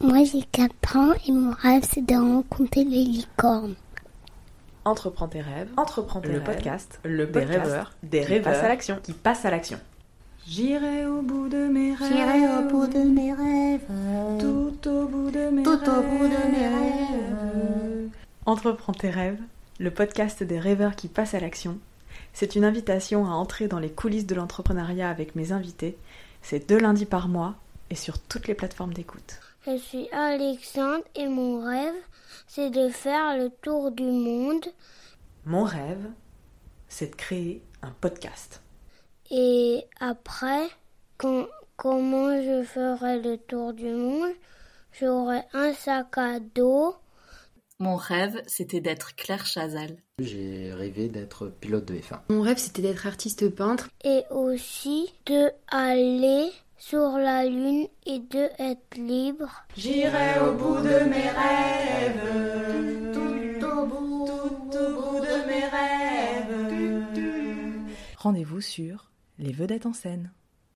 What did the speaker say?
Moi j'ai 4 ans et mon rêve c'est de rencontrer les licornes. Entreprends tes rêves. Entreprends tes le rêves. podcast. Le des rêveurs. Des Qui rêveurs. passe à l'action. Qui passe à l'action. J'irai au bout de mes rêves. mes rêves. Tout au bout de mes Tout au rêves. bout de mes rêves. Entreprends tes rêves, le podcast des rêveurs qui passent à l'action. C'est une invitation à entrer dans les coulisses de l'entrepreneuriat avec mes invités. C'est deux lundis par mois et sur toutes les plateformes d'écoute. Je suis Alexandre et mon rêve c'est de faire le tour du monde Mon rêve, c'est de créer un podcast. et après quand, comment je ferai le tour du monde J'aurai un sac à dos. Mon rêve, c'était d'être Claire Chazal. J'ai rêvé d'être pilote de F1. Mon rêve, c'était d'être artiste peintre. et aussi de aller sur la lune et de être libre. J'irai au bout de mes rêves. Tout au bout de mes rêves. Rendez-vous sur Les Vedettes en scène.